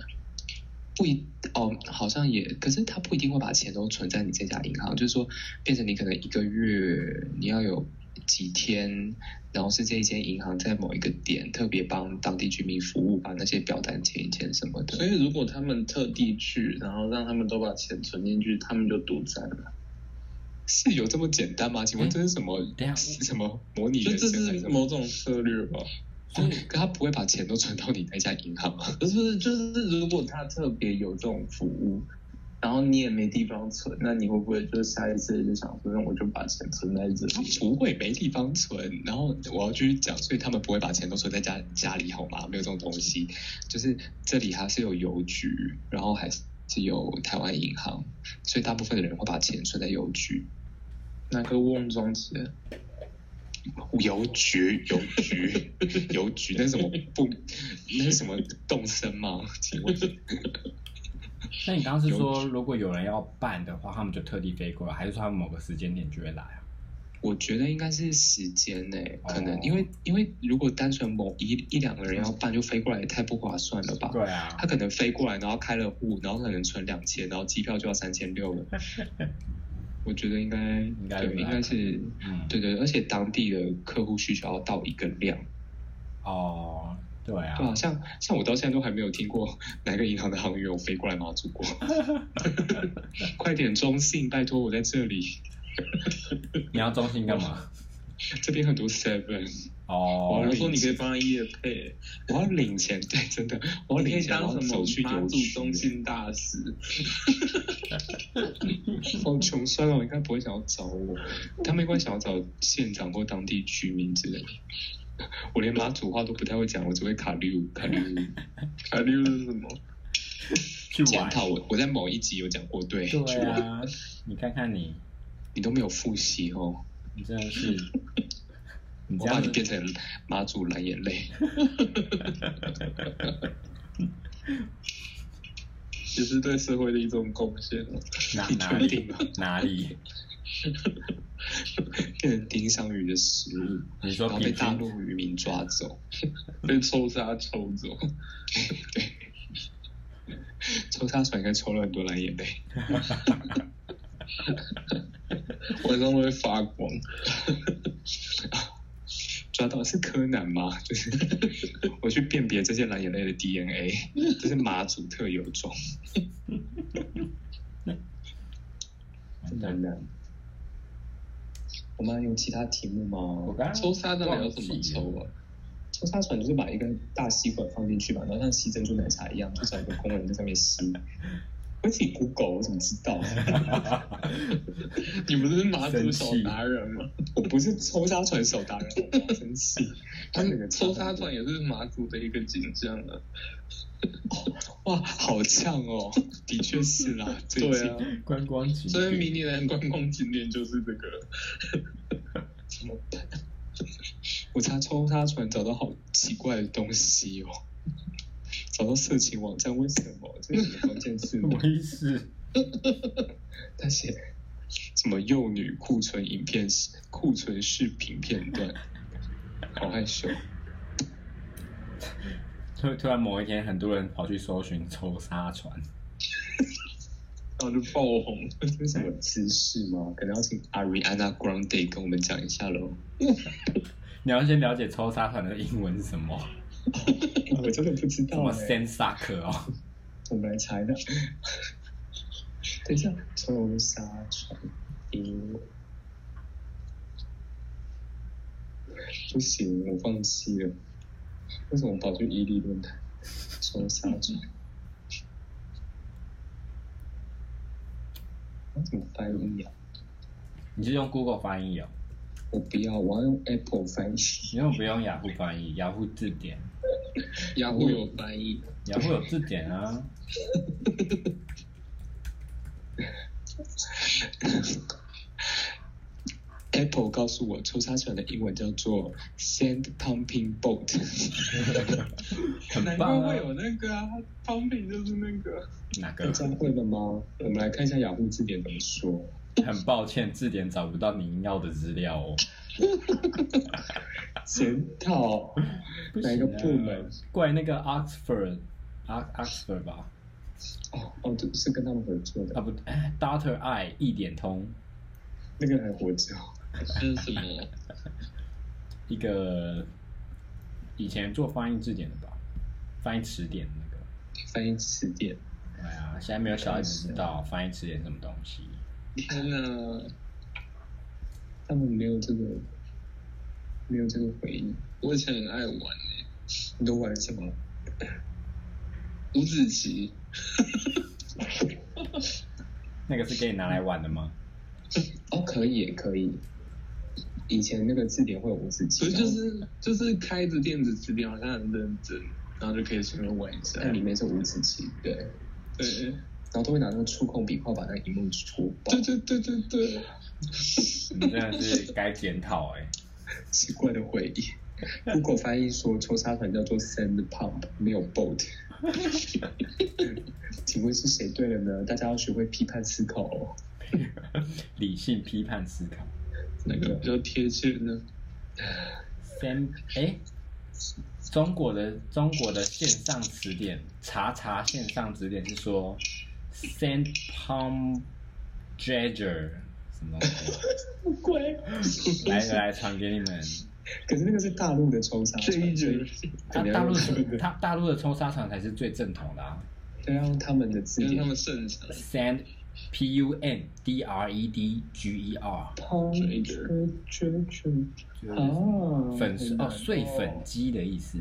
不一哦，好像也，可是他不一定会把钱都存在你这家银行，就是说，变成你可能一个月你要有几天，然后是这一间银行在某一个点特别帮当地居民服务，把那些表单签一签什么
所
的。
以如果他们特地去，然后让他们都把钱存进去，他们就独占了。
是有这么简单吗？请问这是什么？
等一下
什么模拟
就
人
嗯啊这
生还
是
是什么？
某种策略吧？
哦
嗯
可他不会把钱都存到你那家银 行吗？
不是不是，就是如果他特别有这种服务，然后你也没地方存，那你会不会就是下一次就想说，那我就把钱存在这
他
里？
不会没地方存，然后我要继续讲，所以他们不会把钱都存在家家里好吗？没有这种东西，就是这里还是有邮局，然后还是有台湾银行，所以大部分的人会把钱存在邮局。
那个瓮装起来，
邮局，邮局， 邮局，那是什么不？那是什么动森吗？请问
那你刚刚是说，如果有人要办的话，他们就特地飞过来，还是说他们某个时间点就会来啊？
我觉得应该是时间呢、可能、
哦
因为因为如果单纯某一一两个人要办就飞过来，也太不划算了吧？
对啊
他，可能飞过来，然后开了户，然后可能存两千，然后机票就要三千六 了。我觉得应该
应该
对，
不
应
大
该是
嗯，
对对，而且当地的客户需求要到一个量，
哦，对啊，
对啊，像像我到现在都还没有听过哪个银行的行员有飞过来马祖 过， 快点中信，拜托我在这里，
你要中心干嘛？
这边很多 seven，
哦
我
我
要，
说你可以帮他夜配，
我要领钱， 对，真的，我要
你可
领
以
钱，然
当
后
什
走
么
去
马
邮
祖
局，
中心大使，
好穷酸哦，应该不会想要找我，他们应该想要找县长或当地居民之类的。 我连马祖话都不太会讲，我只会卡溜 卡溜。
考虑是什么？
去
检
玩。
讨我，我在某一集有讲过，对，去
对
玩
啊，你看看你，
你都没有复习哦，
你真的 是，你
我
这
把
样
你
子
变成马祖蓝眼 泪。
也是对社会的一种贡献啊。
哪
哦你
哪
确定
里
吗？
哪里？
变成丁香鱼的食物，
嗯你说
然后被
平
大
均
陆渔民抓走，
被抽杀抽走，
抽插爽应该抽了很多蓝眼泪。
我真的会发光。
抓到是柯南吗？就是我去辨别这些蓝眼泪的 DNA，这是马祖特有种。真的
嗯
很难。我们还有其他题目
我
吗？
刚刚
抽沙到底要怎
忘记
么抽
了
啊？
抽插船就是把一根大吸管放进去吧，然后像吸珍珠奶茶一样，就找一个工人在上面吸。我自己 Google，我怎么知道？ 嗯
你不是马祖手达人吗？
我不是抽沙船手达人，我好生气。
他
他那
们
个
抽沙船也是马祖的一个景象啊。
哇，好呛哦！的确是啦，最
对
近、
啊，
观光景
所以明
点，
年的观光景点就是这个。
怎么办？ 我查抽沙船找到好奇怪的东西哦，找到色情网站，为什么？这是什么关键字吗？
我也是。
他写什么幼女库存影片、库存视频片段，好害羞。
突突然某一天，很多人跑去搜寻抽沙船，
然后就爆红，
这是什么姿势吗？可能要请 Ariana Grande 跟我们讲一下 喽。
你要先了解抽沙船的英文是什么，
我真的不知
什
道、
么
欸。
sand sucker 哦。
我们来查一下。 等一下，抽沙船英文不行，我放弃了。为什么我跑去伊利论坛抽沙船？我怎么翻译啊？
你就用 Google 翻译哦，
我不要，我要用 Apple 翻译。
你为什么不用雅虎翻译？雅虎字典，
雅虎有翻译，
雅虎有字典 啊。
Apple 告诉我，抽沙船的英文叫做 Sand Pumping Boat。
很
难怪
棒啊
会有那个啊，汤品就是那个。
哪
大
个？
家会了吗？我们来看一下雅虎字典怎么说。
很抱歉，字典找不到您要的资料哦。
嗯
检讨哪一个部门？
啊怪那个 Oxford。Ox Oxford 吧，
哦哦，对，是跟他们合作
啊
的，
不哎，Doctor I 一点通，
那个还活着。
是什么？
一个以前做翻译字典的吧，翻译词典的那个。
翻译词典，
哎呀，现在没有小孩子知
啊
道翻译词典什么东西。
天哪！
他们没有这个，没有这个回忆。
我以前很爱玩诶、
欸你都玩什么？
五子棋，
那个是可以拿来玩的 吗？
哦，可以耶，可以。以前那个字典会有五十几，
所以就是就是开着电子词典，好像很认真，然后就可以随便玩一下
然后。那里面是五十几，对。
对
然后都会拿那个触控笔画把那个荧幕戳爆。
对对对对对，
你真的是该检讨哎。
奇怪的回忆。Google 翻译说抽沙船叫做 sand pump，没有 boat。请问是谁对了呢？大家要学会批判思考哦。
理性批判思考。
那个比较贴切的。
三哎，中国的中国的线上词典查查线上词典是说 sand palm dredger 什么东西？
乖。
来来传给你们。
可是那个是大陆的抽沙船，所以
他啊大陆的他大陆的冲沙场才是最正统的啊
都要用他们的字
因为
典
他。们擅长。
，sand p u n d r e d g e r
抛
水
追追
就
追
是
嗯
啊！
粉
很难
哦碎粉，机的意思。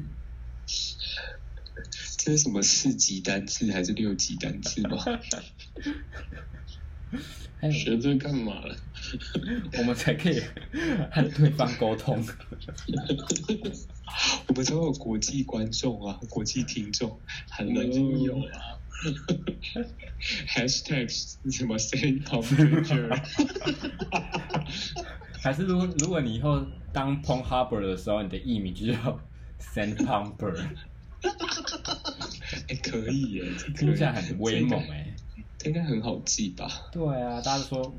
这是什么四级单字还是六级单字吗？
还有
学这干嘛了？
我们才可以 和对方沟通。
我们都有国际观众啊，国际听众。
我
Hello，
们已经有 啊，
Hashtag 什么 Send Pump 啊 Ranger？
还是如果如果你以后当 p o n h u b b e r 的时候，你的艺名就叫 Sand Pumper，
哎、可 以耶，这可
听
以
起来很威猛哎、
这应该很好记吧？
对啊，大家都说，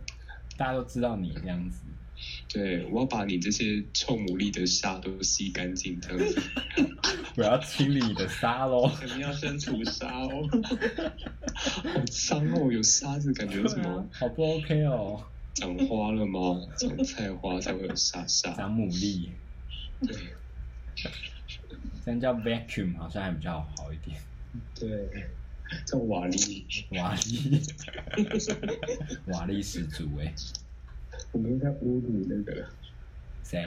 大家都知道你这样子。
对，我要把你这些臭牡蛎的沙都吸干净，这样 子。
我要清理你的沙喽。
肯定要先除沙 哦。
好脏哦，有沙子，感觉有什
对啊
么
好不 OK 哦，
长花了吗？长菜花才会有沙沙。
长牡蛎，
对
这样叫 vacuum 好像还比较好一点。
对，叫瓦砾。
瓦 力，瓦力十足哎、
我们应该侮辱那个
谁？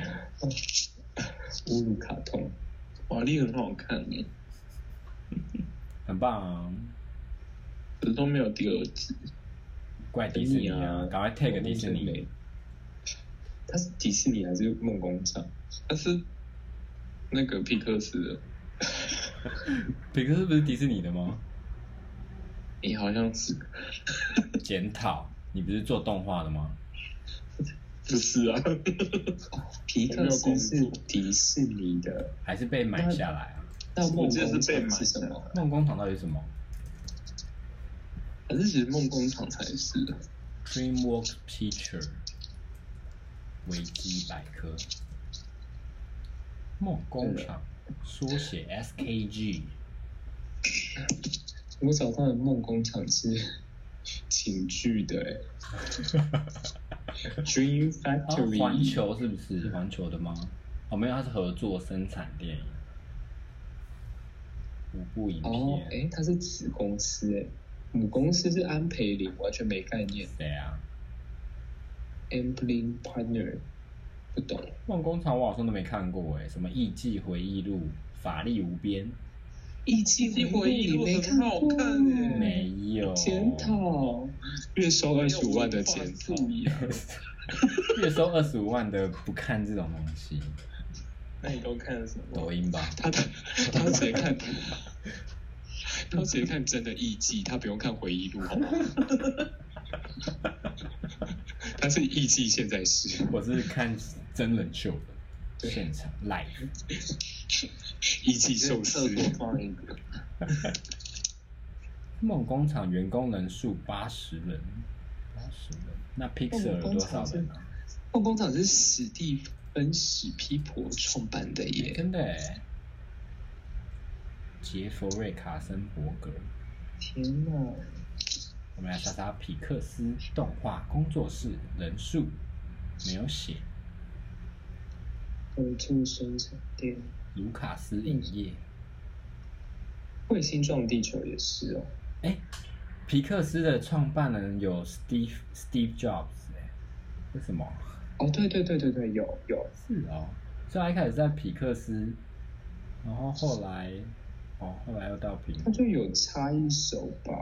侮辱卡通。
瓦力很好看耶，
很棒、啊，
可是都没有第二季。
怪迪士尼啊！赶快 take 迪士
真
尼
美。它是迪士尼还是梦工厂？
但是那个皮克斯的，
皮克斯不是迪士尼的吗？
你好像 是
检讨，你不是做动画的吗？
不是 啊？
皮
我没
克
有
斯
关
是
注
迪士尼的，
还是被买下来啊？
那梦
我记得
工
是被
厂
买
是什
下来
么？
梦工厂到底是什么
还是其实梦工厂才是？
？DreamWorks Picture，维基百科，梦工厂，缩写 SKG。
我找到的梦工厂是 情剧的、欸，Dream
啊，环
Factory，、
球是不是环球的吗？哦，没有，它是合作生产电影，五部影
哦，
片。
哎、它是子公司、欸，母公司是安培林，完全没概念
谁啊？
，Amblin Partner，不懂，
梦工厂我好像都没看过哎，什么《艺伎回忆录》《法力无边
一期
一回忆录
没
很好
过
看欸》
没有，
检讨，哦月收二十五万的检讨，
月收二十五万的不看这种东西，
那你都看什 么？
抖音吧。
他的他直接看， 他直接看真的艺伎，他不用看回忆录，好 吗？他是艺伎现在是
我是看真人秀的，现场 live。
艺伎寿司
厕，所放一个，
梦工厂员工人数八十人，八十人。那 Pixar 有多少人啊？
梦工厂是史蒂芬史皮婆创办的
欸
耶，
真的欸。杰佛瑞·卡森伯格，
天哪！
我们来查查皮克斯动画工作室人数，没有写。
辅助生产店，
卢卡斯影业，
彗星撞地球也是哦，
哎、皮克斯的创办人有 Steve Steve Jobs 哎、为什么？
哦对对对对对，有有，
是哦，所以他一开始在皮克斯，然后后来，哦，后来又到苹
他
果，
就有插一手吧。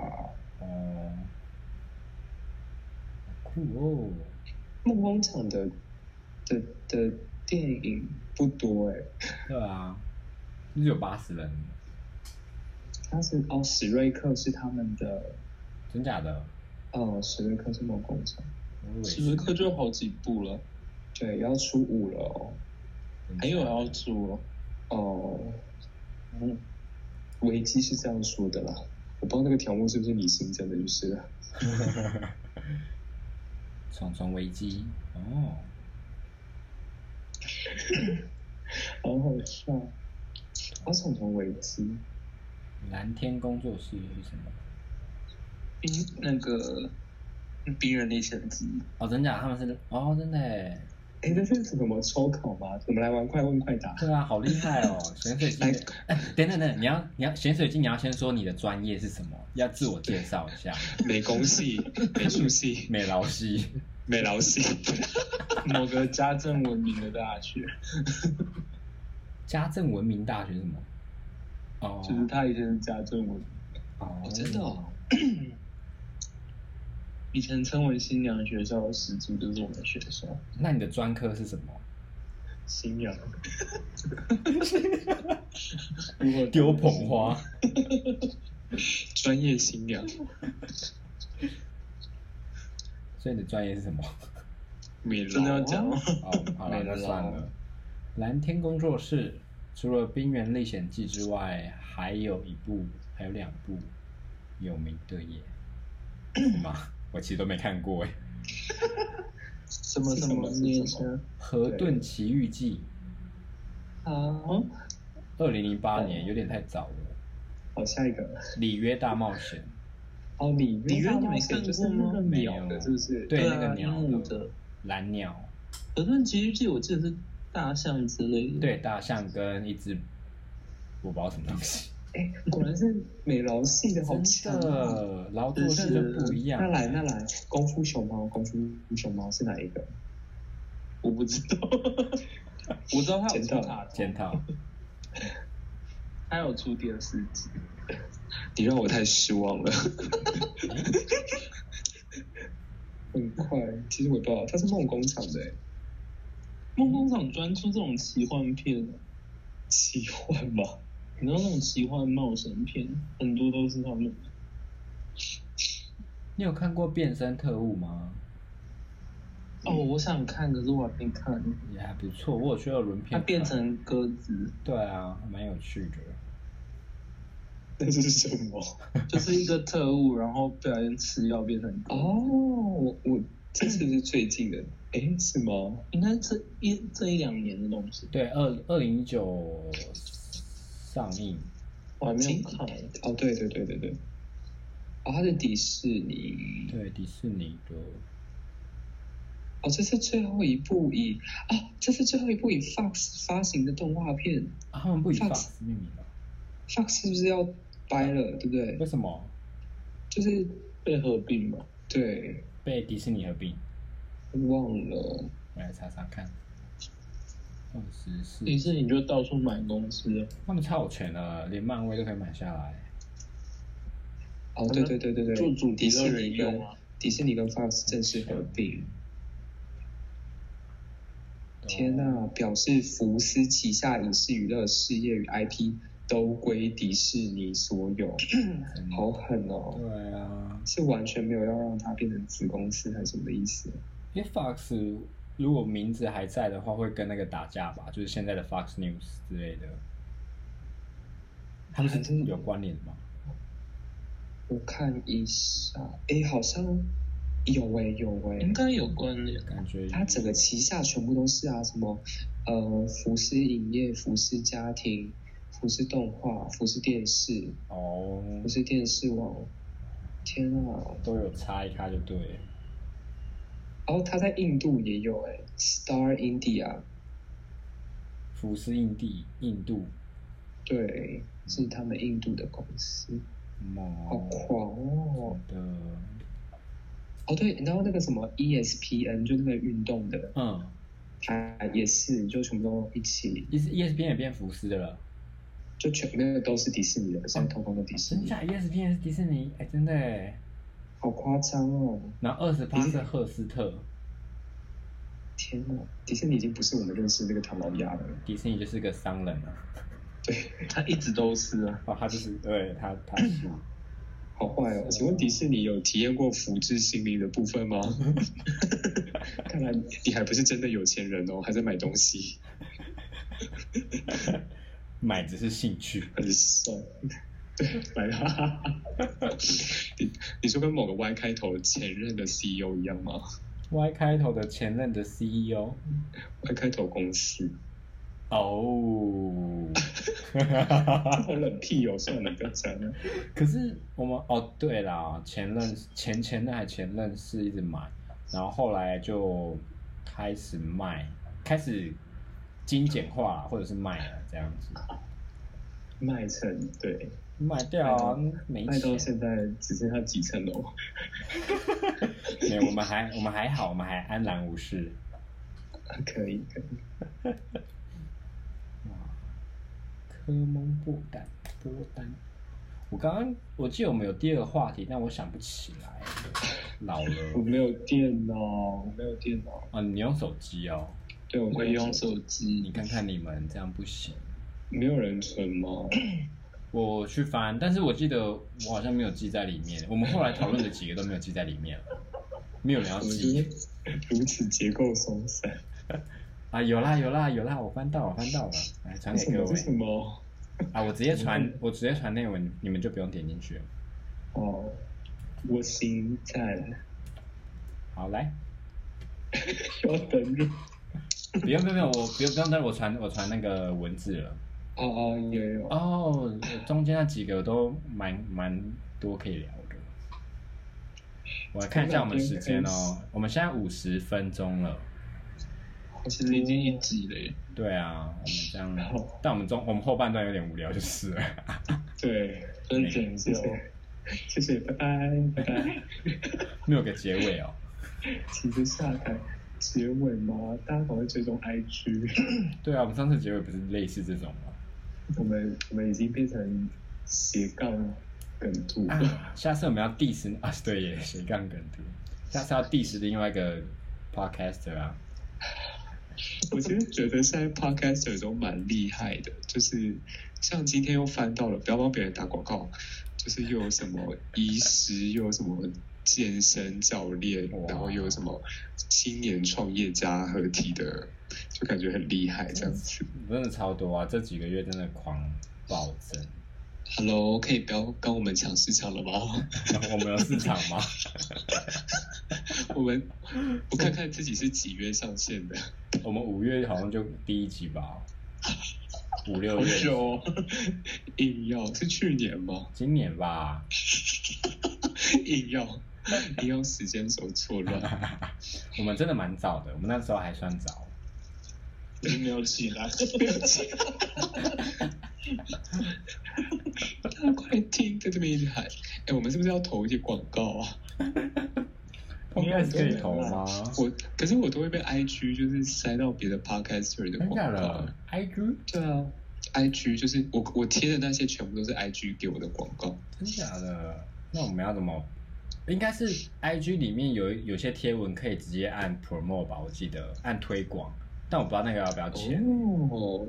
哦，好酷哦。
梦工厂的的的电影不多哎、
对啊，就是有八十人，
他是哦，史瑞克是他们的，
真假的？
哦，史瑞克是梦工厂，
我以为
时
是
刻就好几部了，
对，要出五了哦，
还有
啊
要出哦。
哦，嗯，维基是这样说的啦，我不知道那个条目是不是你新增的，就是了，
重重危机哦，
好好笑，我想从维基，
蓝天工作室是什么？
冰那个《冰人历险记》，
哦，真假？他们是哦，真的耶，
哎，这是怎么抽考吗？我们来玩快问快答，
对啊，好厉害哦！咸水鸡
来，
哎，等等等，你要你要咸水鸡，你要先说你的专业是什么，要自我介绍一下。
美工系、美术 系、
美劳西，
美劳系，
某个家政文明的大学，
家政文明大学是什么？哦，
就是他以前是家政文明，
哦
哦，真的哦，
嗯 以前称为新娘学校的始祖就是我们学校。
那你的专科是什么？
新娘，
如果
丢捧花。
专业新娘，
所以你的专业是什么？
美劳
真的要讲吗
啊，
哦，好了，
没了
那算了。蓝天工作室除了《冰原历险记》之外，还有一部，还有两部有名的耶，是吗？我其实都没看过哎。
什么
是
什
什么
么
是
你也
什
是
《河顿奇遇记
好，》
二零零八
哦
年有点太早了，
好，下一个。
《里约大冒险
哦，里
里
约
约
大
你
冒
没
险
看
就是
过
那
吗
个
没
鸟
有
的，是不是？
对那个
啊，
鸟
鹦鹉的。》
蓝鸟，
可是其实记得我记得是大象之类的。，
对大象跟一只我不知道什么东西，
哎，果然是美劳系 的，好强
真
哦
啊！
的劳作系的不一样
那。来，那来，功夫熊猫，功夫熊猫是哪一个？
我不知道， 我知道他有出卡通，
检讨，
他有出第二四集。
你让我太失望了。很快，其实我也不知道，它是梦工厂的欸
梦工厂专出这种奇幻片，
奇幻吗？
你知道那种奇幻冒险片，很多都是他们。
你有看过《变身特务》吗？
哦，我想看，可是我还没看。
也还不错，我有去二轮片
它
啊
看。
变成鸽子，
对啊，蛮有趣的。
那是什么？
就是一个特务，然后不小心吃药变成鸽子。
哦，我我这是不是最近的？哎，是吗？
应该这一这一两年的东西，
对，二二零一九上映，
我还没有看。
哦，对对对对对。哦，它是迪士尼。
对迪士尼的，
哦，这是最后一部以啊，这是最后一部以 Fox 发行的动画片。
啊他们不以
Fox
Fox 命名了，
Fox 是不是要掰了？对不对
为？什么
就是
被合并吧。
对，
被迪士尼合并？
忘了。
我来查查看。二十四，
迪士尼就到处买公司了，
他们超有钱了，连漫威都可以买下来。
哦，对对对对对，
做主题
迪士
乐园
尼跟
用啊。
迪士尼跟 Fox 正式合并。
哦
天呐、表示福斯旗下影视娱乐事业与 IP 都归迪士尼所 有，
真的
好狠哦！
对啊，
是完全没有要让它变成子公司还是什么的意思？
因为 Fox 如果名字还在的话，会跟那个打架吧，就是现在的 Fox News 之类的，他们是有关联的吗？
我看一下，诶，好像有诶，有诶，
应该有关联。
感觉
它整个旗下全部都是啊，什么呃，福斯影业、福斯家庭、福斯动画、福斯电视、
哦
福斯电视网。天啊！
都有差一咖就对了。
然哦后它在印度也有诶 s t a r India，
福斯印地印度，
对，是他们印度的公司，好
哦，
狂哦！
的，
哦，对，然后那个什么 E ESPN，就那个运动的，
嗯，
它也是，就全部都一起，
E S P N 也变福斯的了。
就全没有都是迪士尼的，现在通通都迪士
真
尼，
假 E S P N 是迪士尼，哎，真的哎。
好夸张哦！
然后二十八是赫斯特，
天哪，迪士尼已经不是我们认识的那个唐老鸭了。
迪士尼就是个商人啊。
他一直都是啊，
哦，他就是对他他是，
好坏哦！请问迪士尼有体验过福至心灵的部分吗？ 看来你还不是真的有钱人哦，还在买东西，
买只是兴趣。
很 爽。对，买了。你你说跟某个 Y 开头前任的 CEO 一样吗
Y 开头的前任的 E CEO。
？Y 开头公司，
哦，
好冷僻哦，算了，不要讲了。
可是我们哦，对啦，前任前前任还前任是一直买，然后后来就开始卖，开始精简化或者是卖了这样子，
卖成对，
卖掉啊，没
卖到
钱。
现在只剩下几层楼。
没有，我们还我们还好，我们还安然无事。
可以可以，
哇，科蒙布丹波丹，我刚刚我记得我们有第二个话题，但我想不起来，老
我
了
没有电脑，我没有电脑。
啊，你用手机哦。
对，我
我
会
也
用
用手
你
机。
看看你们这样不行。
没有人存吗？
我去翻，但是我记得我好像没有记在里面。我们后来讨论的几个都没有记在里面了，没有人要
我们就
记
是如此结构松散。
啊！有啦有啦有啦，我翻到我翻到了，来传给
什
各
么？为什
位
么？
啊！我直接传，我直接传内文，你们就不用点进去了。
哦，我心在。
好，来，
要登入。
不用不用不用，我不用不用，但是我传我传那个文字了。
哦哦，也有。
哦，中间那几个都蛮蛮多可以聊的。我来看一下我们时间哦，我们现在五十分钟了。
其实已经一集了耶。
对啊，我们这样，但我们中我们后半段有点无聊，就是了。
对，
真拯救
谢，谢，谢谢，拜拜，拜拜。
没有个结尾哦。
其实下台结尾嘛，大家赶快追踪 IG，
对啊，我们上次结尾不是类似这种吗？
我们我们已经变成斜杠梗图了。
啊，下次我们要 diss 啊， 对耶，斜杠梗图。下次要 diss 另外一个 podcaster 啊。
我其实觉得现在 podcaster 都蛮厉害的，就是像今天又翻到了，不要帮别人打广告，就是又有什么医师，又有什么健身教练
哇，
然后又有什么青年创业家合体的，就感觉很厉害这样子。
真的超多啊！这几个月真的狂暴增。
Hello，可以不要跟我们抢市场了吗？
我们有市场吗？
我们我看看自己是几月上线的，
我们五月好像就第一集吧，五六
好
月，
久哦，硬要是去年吗？
今年吧。
硬要硬要时间轴错乱。
我们真的蛮早的，我们那时候还算早。
你没有起 来，
不要听，大家快听，在这边一直喊。哎、我们是不是要投一些广告啊？
应该是可以投吗？
我可是我都会被 IG 就是塞到别的 podcaster 的
真
广
的假
告
的。？IG
对啊，IG 就是我我贴的那些全部都是 IG 给我的广告。
真假的？那我们要怎么？应该是 IG 里面有有些贴文可以直接按 promo 吧，我记得按推广，但我不知道那个要不要钱。
哦，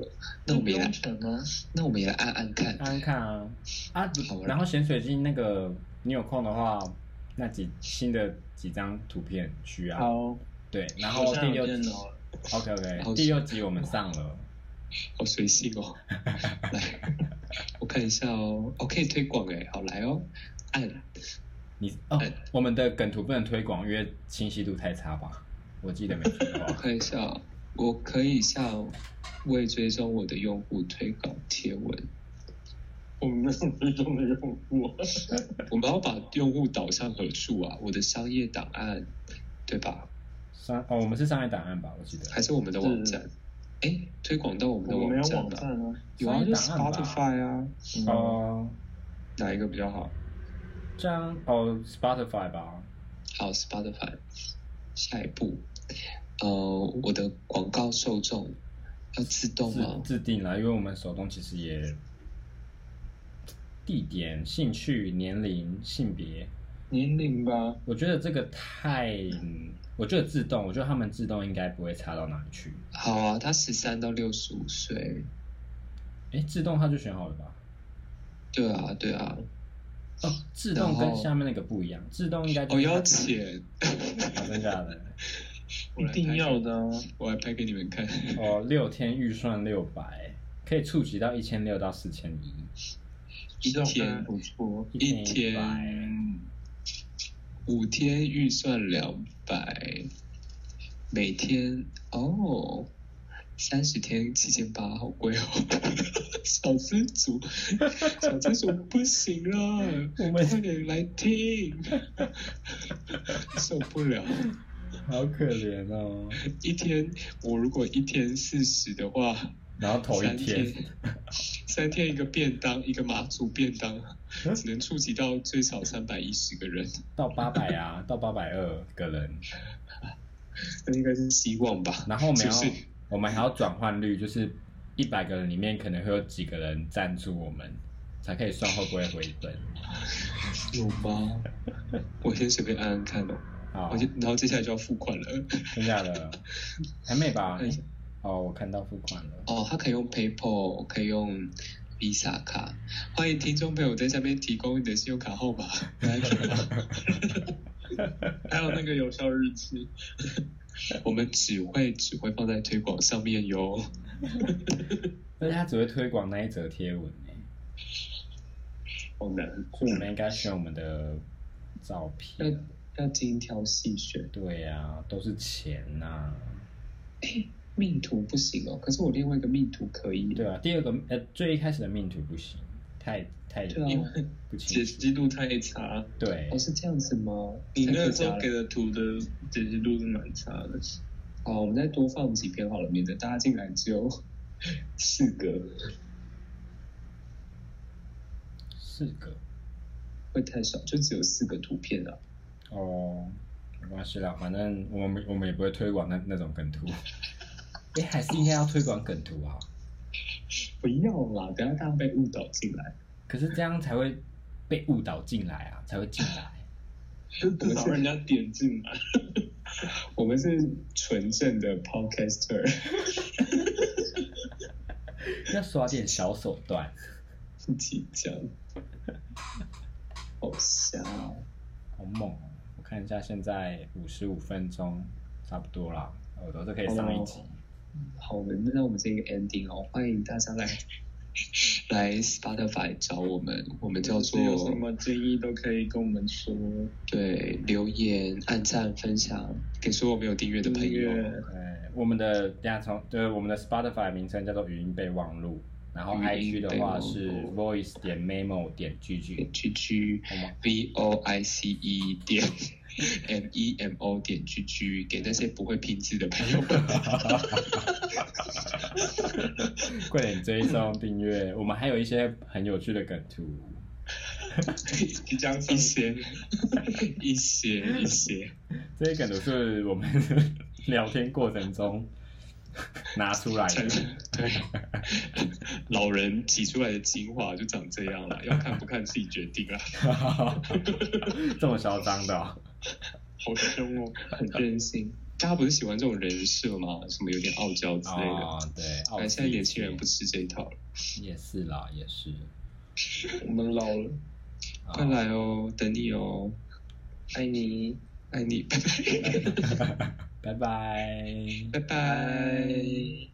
那我们也来，
成啊。
那我们也来按按看。
按看啊啊
好！啊
然后咸水鸡那个，你有空的话，那几新的几张图片需要。
好，
对，然
我
后
现
第
在
六
有电
集
脑了
，OK OK，
好
第六集我们上了，
好随性 哦。来，我看一下哦。哦，可以推广哎，好来哦，按。
你哦
哎，
我们的梗图不能推广，因为清晰度太差吧？我记得没错的
我
话，
看一下，我可以向未追踪我的用户推广贴文。
我们没有追踪的用户，
我们要把用户导向何处啊？我的商业档案，对吧？
商哦，我们是商业档案吧？我记得
还是我们的网站？哎，推广到我们的
我没有
站
网
吧？
站啊。
有啊，
商
就
业档案吧
Spotify 啊，
哦，
哪一个比较好？
这样哦，Spotify 吧，
好，Spotify。下一步，呃，我的广告受众要自动
自
吗？
自定了，因为我们手动其实也地点、兴趣、年龄、性别，
年龄吧，
我觉得这个太，嗯我觉得自动，我觉得他们自动应该不会差到哪里去。
好啊，他十三到六十五岁。
哎，自动它就选好了吧？
对啊，对啊。
哦，自动
然
跟
后
下面那个不一样，自动应该就
哦，
是
要钱。
哦真假 的？
我
一
来
定
拍
要的啊。
我还拍给你 们看。
哦，六天预算六百，可以触及到一千六到四千一，
一
这种真的
天
不错。
一
一百
天五天预算两百，每天哦，三十天七千八，好 贵哦！小资族，小资族不行了，
我们
快点来 听，受不了！
好可怜哦。
一天我如果一天四十的话，
然后头一
三
天，
三天一个便当，一个马祖便当，只能触及到最少三百一十个人，
到八百 啊，到八百二个人，
那应该是希望吧？
然后我们要
是不是
我们还要转换率，就是一百个人里面可能会有几个人赞助我们，才可以算会不会回本。
有吗？我先随便按按看哦，
好
我，就然后接下来就要付款了。
真假 的？还没吧
看一下？
哦，我看到付款了。
哦，他可以用 PayPal，可以用 Visa 卡。欢迎听众朋友在下面提供你的信用卡号 码，大家可以吗
还有那个有效日期，
我们只会只会放在推广上面哟。
而且他只会推广那一则贴文欸诶、
好难
所以我们应该选我们的照
那
片。
要精挑细选。
对呀、都是钱呐、
命途不行哦，可是我另外一个命途可以。
对啊，第二个呃，最一开始的命途不行，太太
对啊，因为
不
解
清楚。
析度太差。
对
哦，是这样子吗？
你那个时候
太复杂了
给的图的解析度是蛮差的，
好，哦我们再多放几篇好了，免得大家进来只有 四个，
四个
会太少，就只有四个图片啊。
哦，没关系啦，反正我们我们也不会推广那那种梗 图。哎、还是应该要推广梗图啊，
不要啦，等下大家被误导进来。
可是这样才会被误导进来啊，才会进来。
就至少让人家点进来。
我们是纯正的 podcaster，
要耍点小手段。
不即将。好笑哦，
好猛、哦！我看一下，现在五十五分钟，差不多啦。耳朵都可以上一集。
哦好，我们那我们这个 ending 哦，欢迎大家来来 Spotify 找我们，我们叫做
有什么建议都可以跟我们说。
对留言、按赞、分享，给所有没有订阅的朋
订
友。啊
阅
呃，我们的等下从对我们的 Spotify 名称叫做语音备忘录，然后
语
IG
音
的
备忘
话
录
是 voice 点 memo 点 gg，
G G
好吗？
V O I C E 点 M E M O 点 G G 给那些不会拼字的朋友 们。
快点追踪订阅，我们还有一些很有趣的梗图。
即将上
一些，一些，一些。
这些梗图是我们聊天过程中拿出来
才
的。
对， 老人挤出来的精华就长这样了，要看不看自己决定啊。
这么嚣张的哦、
好凶哦！
很任性，大家不是喜欢这种人设吗？什么有点傲娇之类的。
哦，对，
但
哦
现在年轻人不吃这一套了，
也是啦，也是。
我们老了，
快 来哦，等你哦，
爱你。
爱你，拜拜，
拜拜。
拜拜。